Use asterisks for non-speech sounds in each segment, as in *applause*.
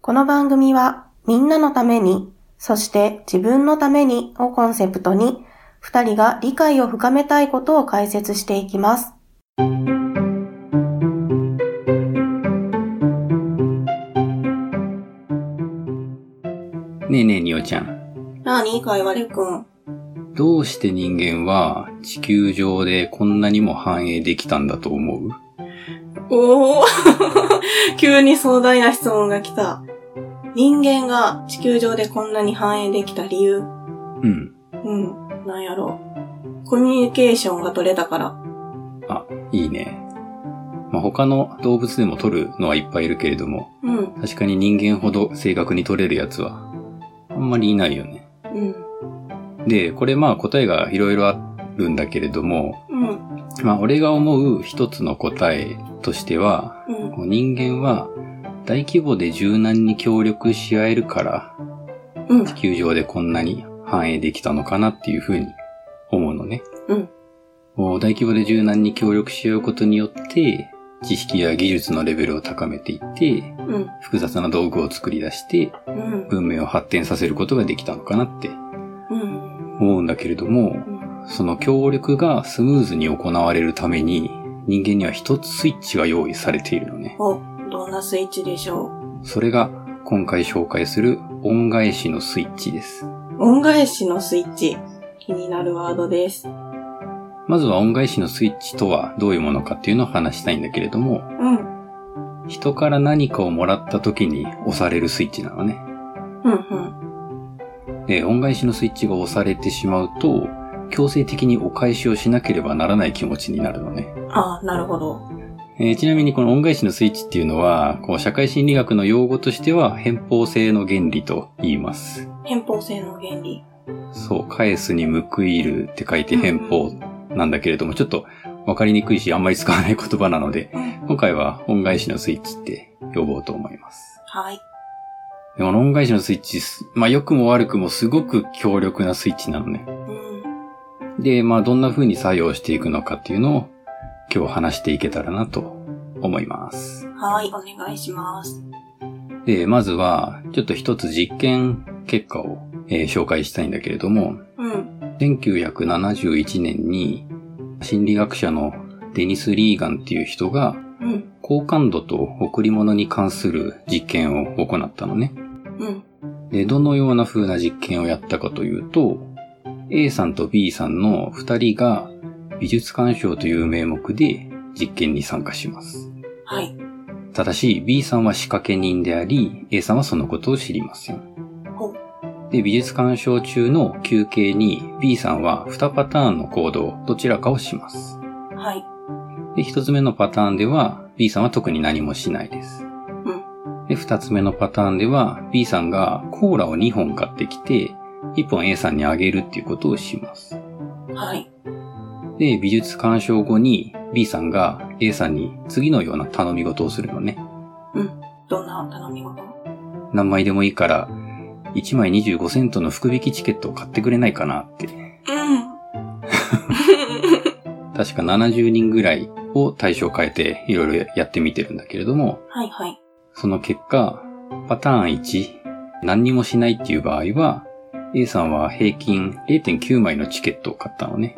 この番組は、みんなのために、そして自分のためにをコンセプトに、二人が理解を深めたいことを解説していきます。ねえねえ、におちゃん。なあに、かいわれくん。どうして人間は地球上でこんなにも繁栄できたんだと思うおお *laughs* 急に壮大な質問が来た。人間が地球上でこんなに繁栄できた理由。うん。うん、なんやろう。コミュニケーションが取れたから。いいね。まあ、他の動物でも取るのはいっぱいいるけれども、うん、確かに人間ほど正確に取れるやつは、あんまりいないよね。うん、で、これまあ答えがいろいろあるんだけれども、うん、まあ俺が思う一つの答えとしては、うん。こう人間は大規模で柔軟に協力し合えるから、うん地球上でこんなに繁栄できたのかなっていうふうに思うのね。うんこう大規模で柔軟に協力し合うことによって、知識や技術のレベルを高めていって、うん、複雑な道具を作り出して、うん、文明を発展させることができたのかなってうん、思うんだけれども、その協力がスムーズに行われるために、人間には一つスイッチが用意されているのね。お、どんなスイッチでしょそれが今回紹介する恩返しのスイッチです。う。恩返しのスイッチ。気になるワードです。まずは恩返しのスイッチとはどういうものかっていうのを話したいんだけれども、うん、人から何かをもらった時に押されるスイッチなのね。うん、で、恩返しのスイッチが押されてしまうと、強制的にお返しをしなければならない気持ちになるのね。うん。ああ、なるほど。えーちなみにこの恩返しのスイッチっていうのは、こう社会心理学の用語としては、偏方性の原理と言います。偏方性の原理。そう、返すに報いるって書いて偏方なんだけれども、ちょっとわかりにくいし、あんまり使わない言葉なので、うん、今回は恩返しのスイッチって呼ぼうと思います。はい。でも恩返しのスイッチす、まあ良くも悪くもすごく強力なスイッチなのね。うん、で、まあどんな風に作用していくのかっていうのを今日話していけたらなと思います。はい、お願いします。で、まずは、ちょっと一つ実験結果を、えー紹介したいんだけれども、うん、 1971年に心理学者のデニス・リーガンっていう人がうん、好感度と贈り物に関する実験を行ったのね。うん、で、どのような風な実験をやったかというと、A さんと B さんの2人が美術鑑賞という名目で実験に参加します。はい。ただし、B さんは仕掛け人であり、A さんはそのことを知りませんほう。で、美術鑑賞中の休憩に B さんは2パターンの行動、どちらかをします。はい。で、1つ目のパターンでは B さんは特に何もしないです。で、2つ目のパターンでは B さんがコーラを2本買ってきて、1本 A さんにあげるっていうことをします。うん、はい。で、美術鑑賞後に B さんが A さんに次のような頼み事をするのね。どんな頼み事何枚でもいいから、1枚25セントの福引きチケットを買ってくれないかなって。うん。確か70人ぐらいを対象変えていろいろやってみてるんだけれども、はい、はい。その結果、パターン1、何にもしないっていう場合は、A さんは平均0.9枚のチケットを買ったのね。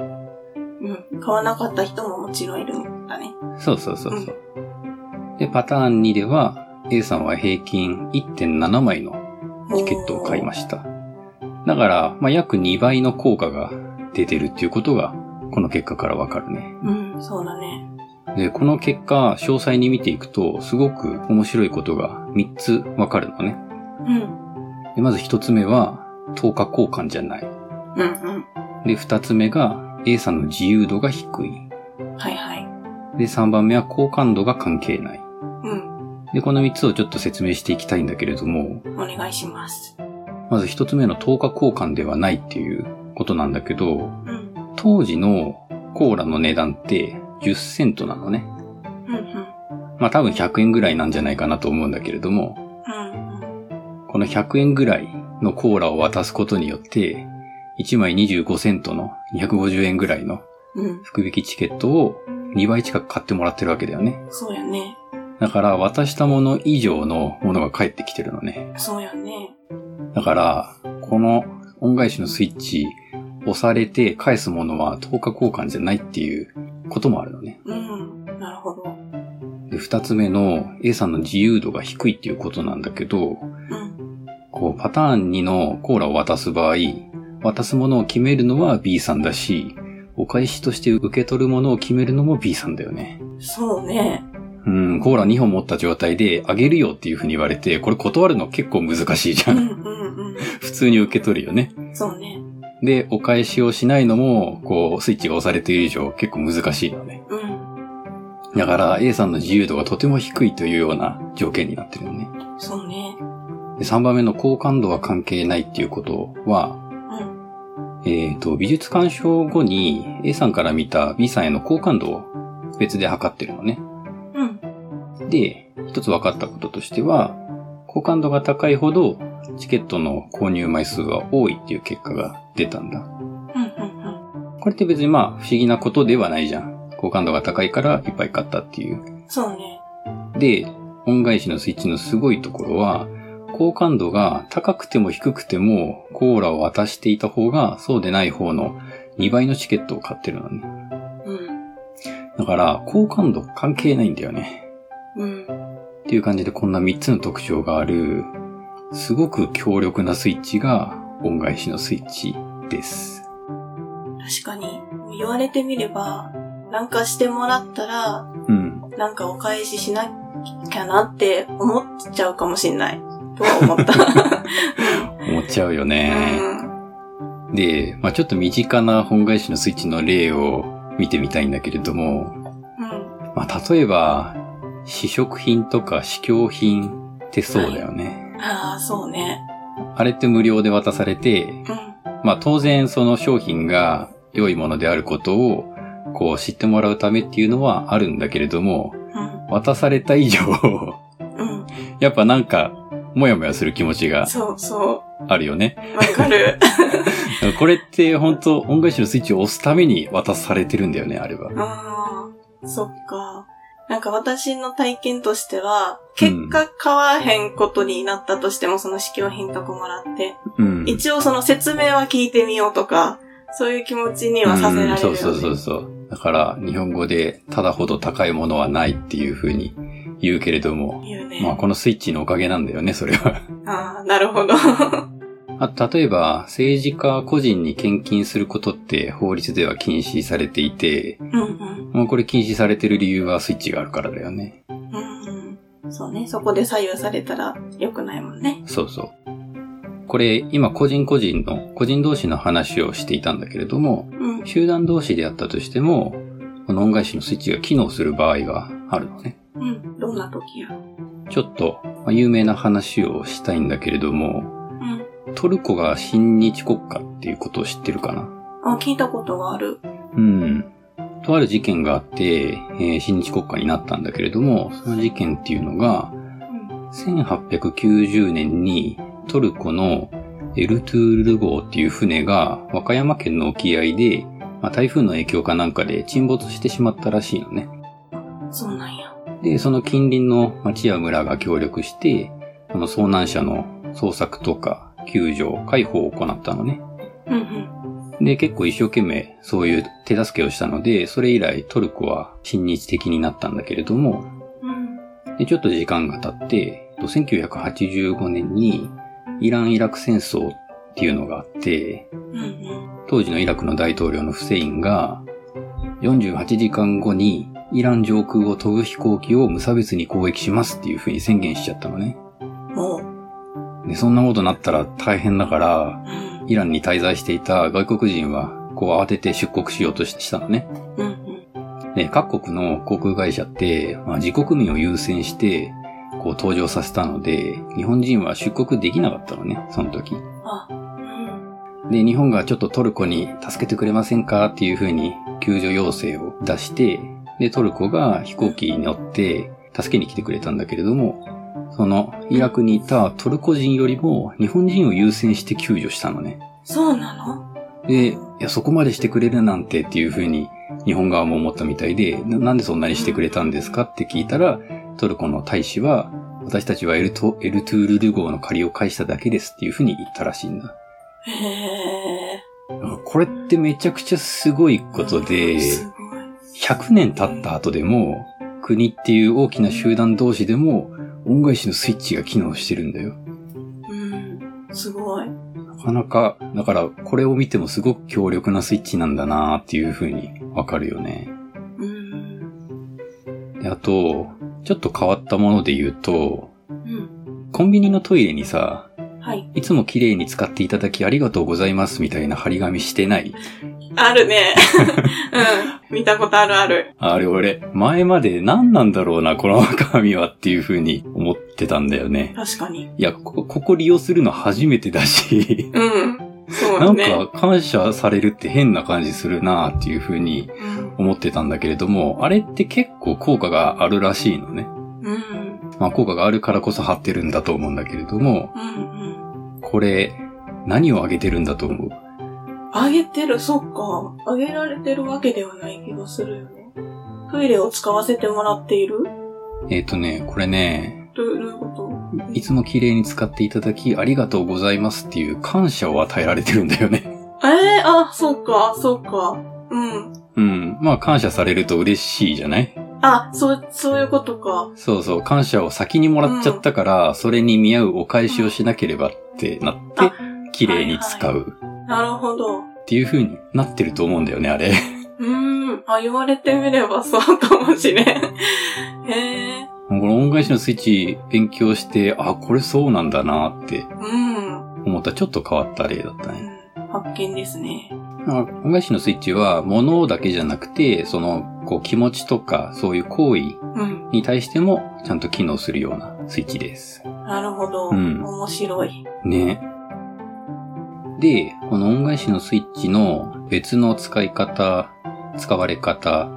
うん。買わなかった人ももちろんいるんだね。そうそうそうそう。で、パターン2では、A さんは平均1.7枚のチケットを買いましした。だから、まあ、約2倍の効果が出てるっていうことが、この結果からわかるね。た。うん、そうだね。で、この結果、詳細に見ていくと、すごく面白いことが3つわかるのね。うん。でまず1つ目は、等価交換じゃない。うん、で、2つ目が、A さんの自由度が低い。うん。はい、はい。で、3番目は好感度が関係ない。うん。で、この3つをちょっと説明していきたいんだけれども、お願いします。まず1つ目の等価交換ではないっていうことなんだけど、うん。当時のコーラの値段って10セントなのね。うん、うん。まあ多分100円ぐらいなんじゃないかなと思うんだけれども、うん。この100円ぐらいのコーラを渡すことによって、1枚25セントの250円ぐらいのうん。福引きチケットを2倍近く買ってもらってるわけだよね。そうやね。だから渡したもの以上のものが返ってきてるのね。そうやね。だから、この恩返しのスイッチ押されて返すものは等価交換じゃないっていうこともあるのね。うん。なるほど。で、二つ目の A さんの自由度が低いっていうことなんだけど、うん。こう、パターン2のコーラを渡す場合、渡すものを決めるのは B さんだし、お返しとして受け取るものを決めるのも B さんだよね。そうね。うん、コーラ2本持った状態であげるよっていうふうに言われて、これ断るの結構難しいじうゃんん。うん普通に受け取るよね。うん。そうね。で、お返しをしないのも、こう、スイッチが押されている以上結構難しいのね。うん。だから A さんの自由度がとても低いというような条件になってるよね。そうね。で、3番目の好感度は関係ないっていうことは、うん。えっ、と、美術鑑賞後に A さんから見た B さんへの好感度を別で測ってるのね。うん。で、一つ分かったこととしては、好感度が高いほどチケットの購入枚数が多いっていう結果が出たんだ。うんうんこれって別にまあ不思議なことではないじゃん。好感度が高いからいっぱい買ったっていう。うん。そうね。で、恩返しのスイッチのすごいところは、好感度が高くても低くてもコーラを渡していた方がそうでない方の2倍のチケットを買ってるのね。うん。だから、好感度関係ないんだよね。うん。っていう感じでこんな3つの特徴がある、すごく強力なスイッチが恩返しのスイッチです。確かに、言われてみれば、なんかしてもらったら、うん。なんかお返ししなきゃなって思っちゃうかもしんない。とは思 *laughs* った。思っちゃうよね。うで、まあちょっと身近な恩返しのスイッチの例を見てみたいんだけれども、ん。うん。まあ例えば、試食品とか試供品ってそうだよね。ああ、そうね。あれって無料で渡されて、うん。まあ当然その商品が良いものであることをこう知ってもらうためっていうのはあるんだけれども、うん。渡された以上、 *laughs* うん。やっぱなんか、もやもやする気持ちがそうそあるよね。う。わかる。これって本当恩返しのスイッチを押すために渡されてるんだよね、あれは。ああ、そっか。なんか私の体験としては、結果買わへんことになったとしても、その試供品とかもらって、うん。一応その説明は聞いてみようとか、そういう気持ちにはさせられる、うね。んそうそうそうそう。だから、日本語で、ただほど高いものはないっていう風に言うけれども、言うね。まあこのスイッチのおかげなんだよね、それは。 *laughs* ああ、なるほど。 *laughs* あと、例えば、政治家個人に献金することって法律では禁止されていて、うんうんまあこれ禁止されてる理由はスイッチがあるからだよね。うんうん。そうね。そこで左右されたら良くないもんね。そうそう。これ、今個人個人の、個人同士の話をしていたんだけれども、うん。集団同士であったとしても、この恩返しのスイッチが機能する場合があるのね。うん。どんな時や。ちょっと、まあ有名な話をしたいんだけれども、うん。トルコが親日国家っていうことを知ってるかなあ、聞いたことがある。うん。とある事件があって、えー親日国家になったんだけれども、その事件っていうのが、うん。 1890年にトルコのエルトゥール号っていう船が和歌山県の沖合で、まあ、台風の影響かなんかで沈没してしまったらしいのね。そうなんや。で、その近隣の町や村が協力して、その遭難者の捜索とか救助、解放を行ったのね。うんうん。で、結構一生懸命そういう手助けをしたので、それ以来トルコは親日的になったんだけれども、うん。で、ちょっと時間が経って、えっと1985年にイラン・イラク戦争っていうのがあって、うんうん。当時のイラクの大統領のフセインが、48時間後にイラン上空を飛ぶ飛行機を無差別に攻撃しますっていう風に宣言しちゃったのね。もう。で、そんなことになったら大変だから、うん。イランに滞在していた外国人は、こう慌てて出国しようとしたのね。うんうん。で、各国の航空会社って、まあ、自国民を優先して、こう登場させたので、日本人は出国できなかったのね、その時。あ、うん。で、日本がちょっとトルコに助けてくれませんかっていう風に救助要請を出して、で、トルコが飛行機に乗って助けに来てくれたんだけれども、そのイラクにいたトルコ人よりも日本人を優先して救助したのね。そうなので、いや、そこまでしてくれるなんてっていう風に日本側も思ったみたいで、ななんでそんなにしてくれたんですかって聞いたら、トルコの大使は、私たちはエルトエルトゥールル号の借りを返しただけですっていうふうに言ったらしいんだ。へこれってめちゃくちゃすごいことでえ。、すごい。 100年経った後でも、国っていう大きな集団同士でも、恩返しのスイッチが機能してるんだよ。うん。すごい。なかなか、だからこれを見てもすごく強力なスイッチなんだなっていうふうにわかるよね。うん。であと、ちょっと変わったもので言うと、うん。コンビニのトイレにさ、はい。いつも綺麗に使っていただきありがとうございますみたいな張り紙してない。ある *laughs* ね。うん。見たことあるある。あれ俺、前まで何なんだろうな、この紙はっていうふうに思ってたんだよね。確かに。いや、こここ利用するの初めてだし、うん。そうなだんね。か感謝されるって変な感じするなっていうふうにうん。思ってたんだけれども、あれって結構効果があるらしいのね。うん。まあ効果があるからこそ貼ってるんだと思うんだけれども、うん。これ、何をあげてるんだと思うあげてる、そっか。あげられてるわけではない気がするよね。トイレを使わせてもらっているえっ、とね、これね、どうどういうこといつも綺麗に使っていただきありがとうございますっていう感謝を与えられてるんだよね。ええあ、そうか、そうか。うん。うん。まあ感謝されると嬉しいじゃないあ、そう、そういうことか。そうそう、感謝を先にもらっちゃったから、それに見合うお返しをしなければってなってあ、綺麗に使うなるほど。うっていう風になってると思うんだよね、あれ。 *laughs* ーん。あ、言われてみればそうかもしれん。 *laughs* へえ。この恩返しのスイッチ勉強して、あ、これそうなんだなってうん。思ったちょっと変わった例だったうね。ん発見ですね。まあ恩返しのスイッチは物だけじゃなくて、そのこう気持ちとかそういう行為うん。に対してもちゃんと機能するようなスイッチです。なるほど。うん面白い。ね。で、この恩返しのスイッチの別の使い方、使われ方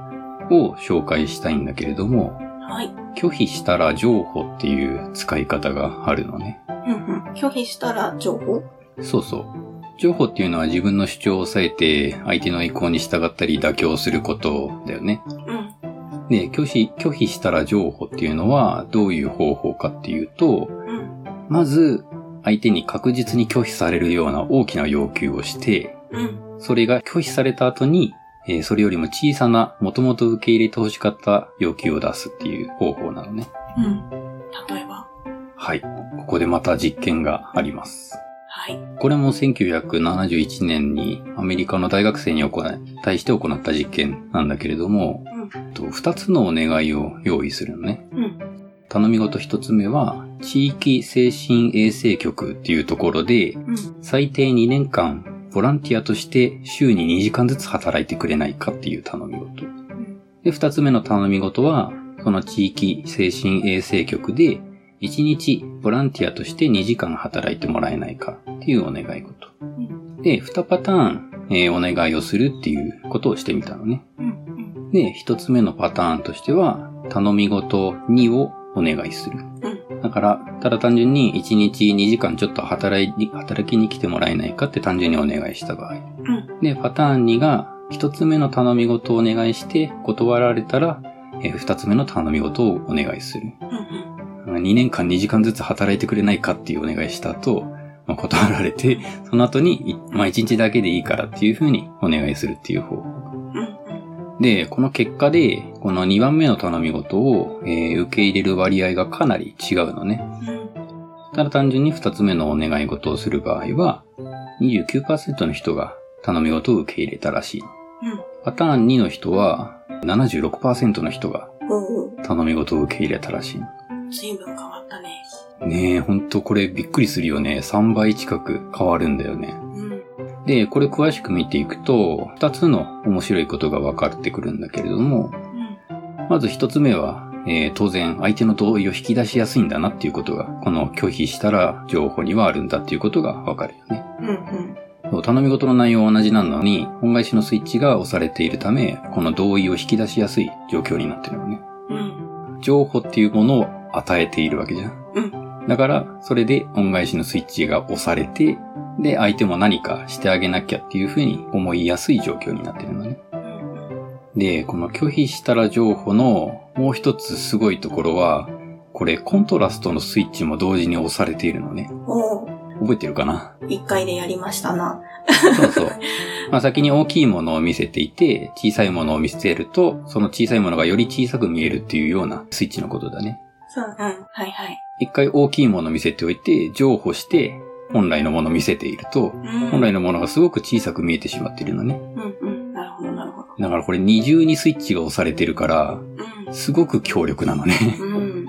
を紹介したいんだけれども、はい。拒否したら譲歩っていう使い方があるのね。うんうん。拒否したら情報そうそう。譲歩っていうのは自分の主張を抑えて相手の意向に従ったり妥協することだよね。うん。で、拒否、拒否したら譲歩っていうのはどういう方法かっていうと、うん。まず相手に確実に拒否されるような大きな要求をして、うん。それが拒否された後に、えーそれよりも小さな、もともと受け入れて欲しかった要求を出すっていう方法なのね。うん。例えば。はい。ここでまた実験があります。はい。これも1971年にアメリカの大学生に行い、対して行った実験なんだけれども、と2つのお願いを用意するのね。うん頼み事1つ目は、地域精神衛生局っていうところで、うん。最低2年間、ボランティアとして週に2時間ずつ働いてくれないかっていう頼み事。んで、2つ目の頼み事は、その地域精神衛生局で、1日ボランティアとして2時間働いてもらえないかっていうお願い事。んで、2パターン、えーお願いをするっていうことをしてみたのね。うん。うん。で、1つ目のパターンとしては、頼み事2をお願いする。だから、ただ単純に1日2時間ちょっと働いに、働きに来てもらえないかって単純にお願いした場合。んで、パターン2が、1つ目の頼み事をお願いして、断られたら、え2つ目の頼み事をお願いする。うん。 2年間2時間ずつ働いてくれないかっていうお願いした後、まあ断られて、その後に、いまあ、1日だけでいいからっていう風にお願いするっていう方法。うん。うん。で、この結果で、この2番目の頼み事を、えー受け入れる割合がかなり違うのね。うん。ただ単純に2つ目のお願い事をする場合は、29%の人が頼み事を受け入れたらしい。うんパターン2の人は、76%の人がおお。頼み事を受け入れたらしい。随分変わったね。ねえ、ほんとこれびっくりするよね。3倍近く変わるんだよね。うん。で、これ詳しく見ていくと、2つの面白いことが分かってくるんだけれども、うん。まず1つ目は、えー当然相手の同意を引き出しやすいんだなっていうことが、この拒否したら情報にはあるんだっていうことが分かるよね。うん。うん。そう頼み事の内容は同じなのに、恩返しのスイッチが押されているため、この同意を引き出しやすい状況になってるのね。うん。情報っていうものを与えているわけじゃん。うだから、それで恩返しのスイッチが押されて、で、相手も何かしてあげなきゃっていうふうに思いやすい状況になってるのね。うん。で、この拒否したら譲歩のもう一つすごいところは、これコントラストのスイッチも同時に押されているのね。おお、覚えてるかな一回でやりましたな。そうそう。まあ先に大きいものを見せていて、小さいものを見せると、その小さいものがより小さく見えるっていうようなスイッチのことだね。そう、うん。はいはい。一回大きいものを見せておいて、譲歩して、本来のものを見せていると、うん本来のものがすごく小さく見えてしまっているのね。うんうん。なるほど、なるほど。だからこれ二重にスイッチが押されてるから、すごく強力なのね。 *laughs* うん。うん。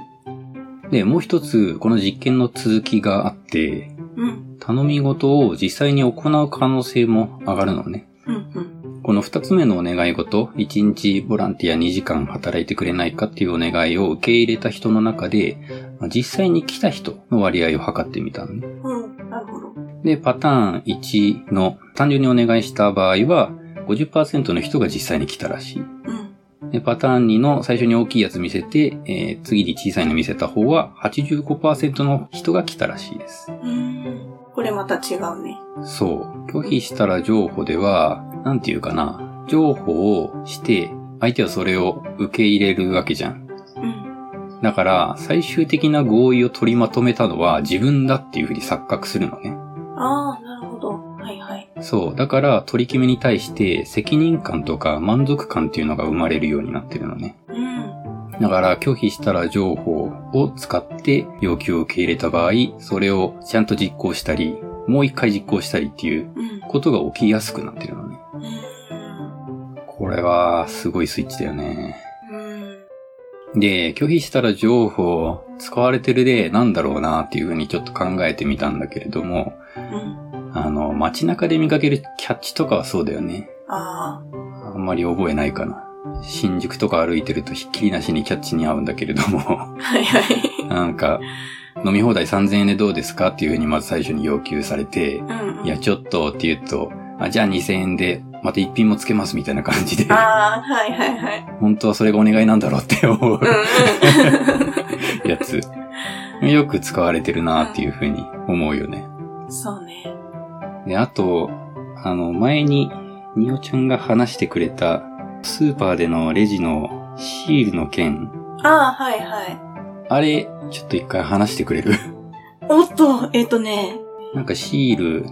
で、もう一つ、この実験の続きがあって、うん。頼み事を実際に行う可能性も上がるのね。うん。うん。この二つ目のお願い事、1日ボランティア2時間働いてくれないかっていうお願いを受け入れた人の中で、まあ実際に来た人の割合を測ってみたのね。うん。なるほど。で、パターン1の単純にお願いした場合は、50%の人が実際に来たらしい。うん。で、パターン2の最初に大きいやつ見せて、えー次に小さいの見せた方は85%の人が来たらしいです。うん。これまた違うね。そう。拒否したら譲歩では、なんていうかな。譲歩をして、相手はそれを受け入れるわけじゃん。うん。だから、最終的な合意を取りまとめたのは自分だっていうふうに錯覚するのね。ああ、なるほど。はいはい。そう。だから、取り決めに対して責任感とか満足感っていうのが生まれるようになってるのね。うん。だから、拒否したら情報を使って要求を受け入れた場合、それをちゃんと実行したり、もう一回実行したりっていううん。ことが起きやすくなってるのね。うん。これは、すごいスイッチだよね。うん。で、拒否したら情報使われてるで、なんだろうなっていうふうにちょっと考えてみたんだけれども、うん。あの、街中で見かけるキャッチとかはそうだよね。ああんまり覚えないかな。新宿とか歩いてるとひっきりなしにキャッチに合うんだけれども *laughs* あ。、はいはい。なんか、飲み放題3000円でどうですかっていうふうにまず最初に要求されて、うん。いや、ちょっとって言うと、あ、じゃあ2000円で、また一品もつけますみたいな感じで、ああ、はいはいはい。本当はそれがお願いなんだろうって思ううんやつ。よく使われてるなっていうふうに思うよね。うん。そうね。で、あと、あの、前に、におちゃんが話してくれた、スーパーでのレジのシールの件、ああ、はいはい。あれ、ちょっと一回話して *laughs* くれるおっと、えっ、とね、なんかシール、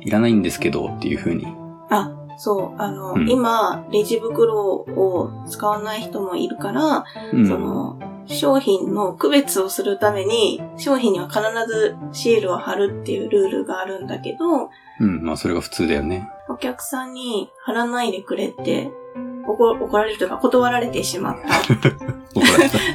いらないんですけど、っていう風に。あ、そう、あの、うん今、レジ袋を使わない人もいるから、うん。その、商品の区別をするために、商品には必ずシールを貼るっていうルールがあるんだけど、うん、まあそれが普通だよね。お客さんに貼らないでくれって、怒怒られるというか断られてしまっ怒られ *laughs* た。 *laughs* た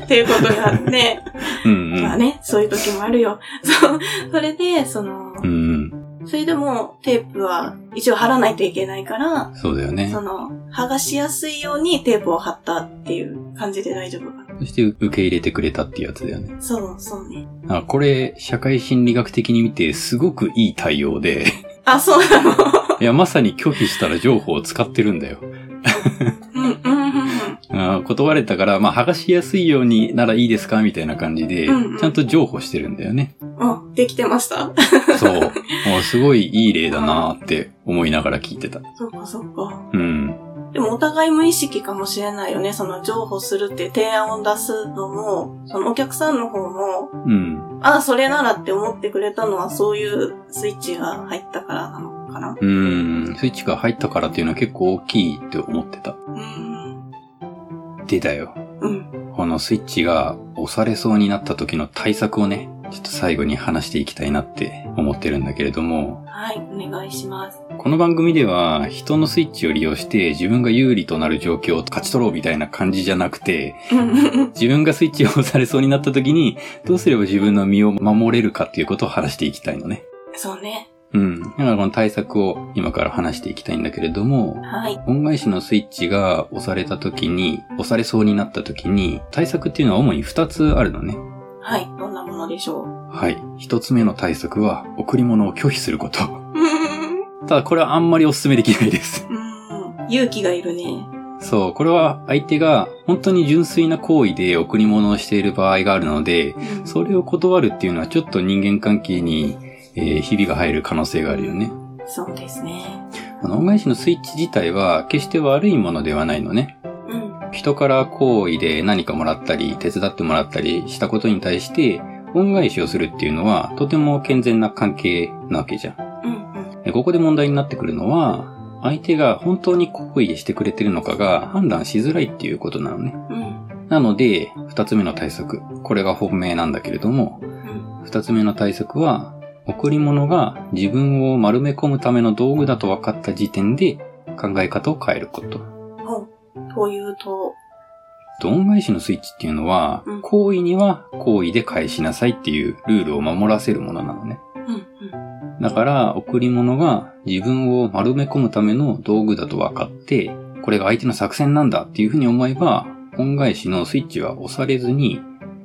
っていうことがあって、うんうん。まあね、そういう時もあるよ。そう、それで、その、うんうん。それでもテープは一応貼らないといけないから、そうだよねそ。の、剥がしやすいようにテープを貼ったっていう感じで大丈夫かな。そして受け入れてくれたってやつだよね。そう、そうね。あ、これ、社会心理学的に見て、すごくいい対応 *laughs* で、あ、そうなの。いや、まさに拒否したら情報を使ってるんだよ。うん、うん、うんうん。うん断れたから、まあ、剥がしやすいようにならいいですかみたいな感じで、うんうんちゃんと譲歩してるんだよね。あ、できてました。そう。 *laughs* もうすごいいい例だなーって思いながら聞いてた。そうか、そうか。うん。でもお互い無意識かもしれないよね。その、譲歩するっていう提案を出すのも、そのお客さんの方も、うん。あ、それならって思ってくれたのはそういうスイッチが入ったからなのかな。うん。スイッチが入ったからっていうのは結構大きいって思ってた。うん。でだよ。うん。このスイッチが押されそうになった時の対策をね、ちょっと最後に話していきたいなって思ってるんだけれども、はい、お願いします。この番組では人のスイッチを利用して自分が有利となる状況を勝ち取ろうみたいな感じじゃなくて、うんうんうん自分がスイッチを押されそうになった時に、どうすれば自分の身を守れるかっていうことを話していきたいのね。そうね。うん。だからこの対策を今から話していきたいんだけれども、はい。恩返しのスイッチが押された時に、押されそうになった時に、対策っていうのは主に2つあるのね。はい。どんなものでしょう。はい。1つ目の対策は、贈り物を拒否すること。 *laughs* うん。ただこれはあんまりお勧めできないです。 *laughs* うーん、勇気がいるね。そう、これは相手が本当に純粋な行為で贈り物をしている場合があるので、それを断るっていうのはちょっと人間関係に、えー、ひびが入る可能性があるよね。そうですね。あの、恩返しのスイッチ自体は決して悪いものではないのね。うん人から行為で何かもらったり、手伝ってもらったりしたことに対して、恩返しをするっていうのは、とても健全な関係なわけじゃん。うんうん。でここで問題になってくるのは、相手が本当に行為してくれてるのかが判断しづらいっていうことなのね。うんなので、二つ目の対策。これが本命なんだけれども、うん。二つ目の対策は、贈り物が自分を丸め込むための道具だと分かった時点で考え方を変えること。ほう。というと、恩返しのスイッチっていうのはうん、行為には行為で返しなさいっていうルールを守らせるものなのね。うんうん。だから、贈り物が自分を丸め込むための道具だと分かって、これが相手の作戦なんだっていうふうに思えば、恩返しのスイッチは押されずに、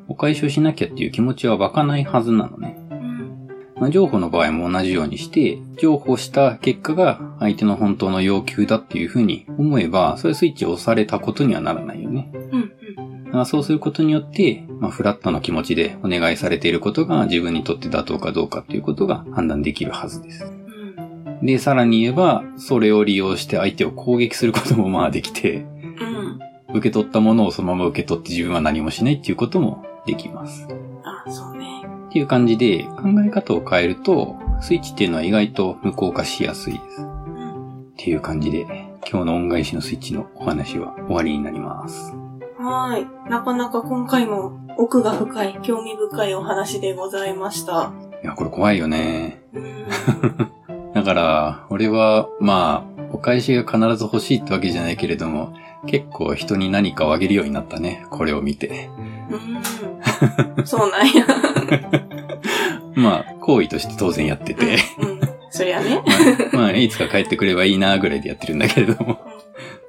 お返しをしなきゃっていう気持ちは湧かないはずなのね。うんまあ、情報の場合も同じようにして、情報した結果が相手の本当の要求だっていうふうに思えば、それスイッチを押されたことにはならないよね。うんまあそうすることによって、まあ、フラットな気持ちでお願いされていることが自分にとって妥当かどうかということが判断できるはずです。うん。で、さらに言えば、それを利用して相手を攻撃することもまあできて、うん。受け取ったものをそのまま受け取って自分は何もしないっていうこともできます。っあ、そうね。ていう感じで、考え方を変えると、スイッチっていうのは意外と無効化しやすいです。うん。っていう感じで、今日の恩返しのスイッチのお話は終わりになります。はーい。なかなか今回も奥が深い、興味深いお話でございました。いや、これ怖いよね。うん。だから、俺は、まあ、お返しが必ず欲しいってわけじゃないけれども、結構人に何かをあげるようになったね。これを見て。うん。そうなん *laughs* や。まあ、行為として当然やってて。うんうん。そりゃね。 *laughs* まあ、まあいつか帰ってくればいいなぐらいでやってるんだけれども。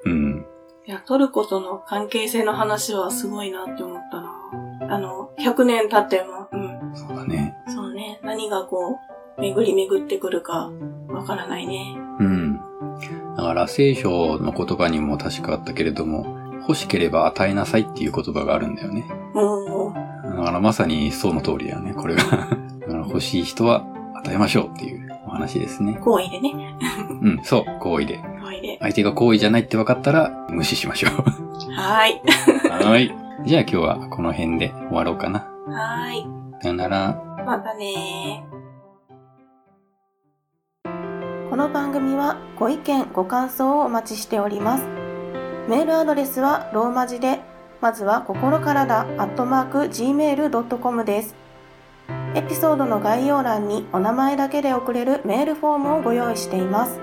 うん。いや、トルコとの関係性の話はすごいなって思ったな。あの、100年経っても、うん。そうだね。そうね。何がこう、巡り巡ってくるか、わからないね。うん。だから、聖書の言葉にも確かあったけれども、欲しければ与えなさいっていう言葉があるんだよね。もう、だからまさにその通りだよね、これが。 *laughs* だから欲しい人は与えましょうっていうお話ですね。行為でね。うん、そう、行為で。行為で。相手が好意じゃないって分かったら無視しましょう。はーい。はい。 *laughs* じゃあ今日はこの辺で終わろうかな。はーい。さよなら。またねー。この番組はご意見ご感想をお待ちしておりますメールアドレスはローマ字でまずは心からだ gmail.com ですエピソードの概要欄にお名前だけで送れるメールフォームをご用意しています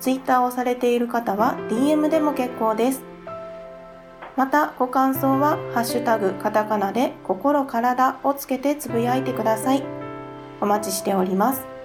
ツイッターをされている方は DM でも結構ですまたご感想はハッシュタグカタカナで心からだをつけてつぶやいてくださいお待ちしております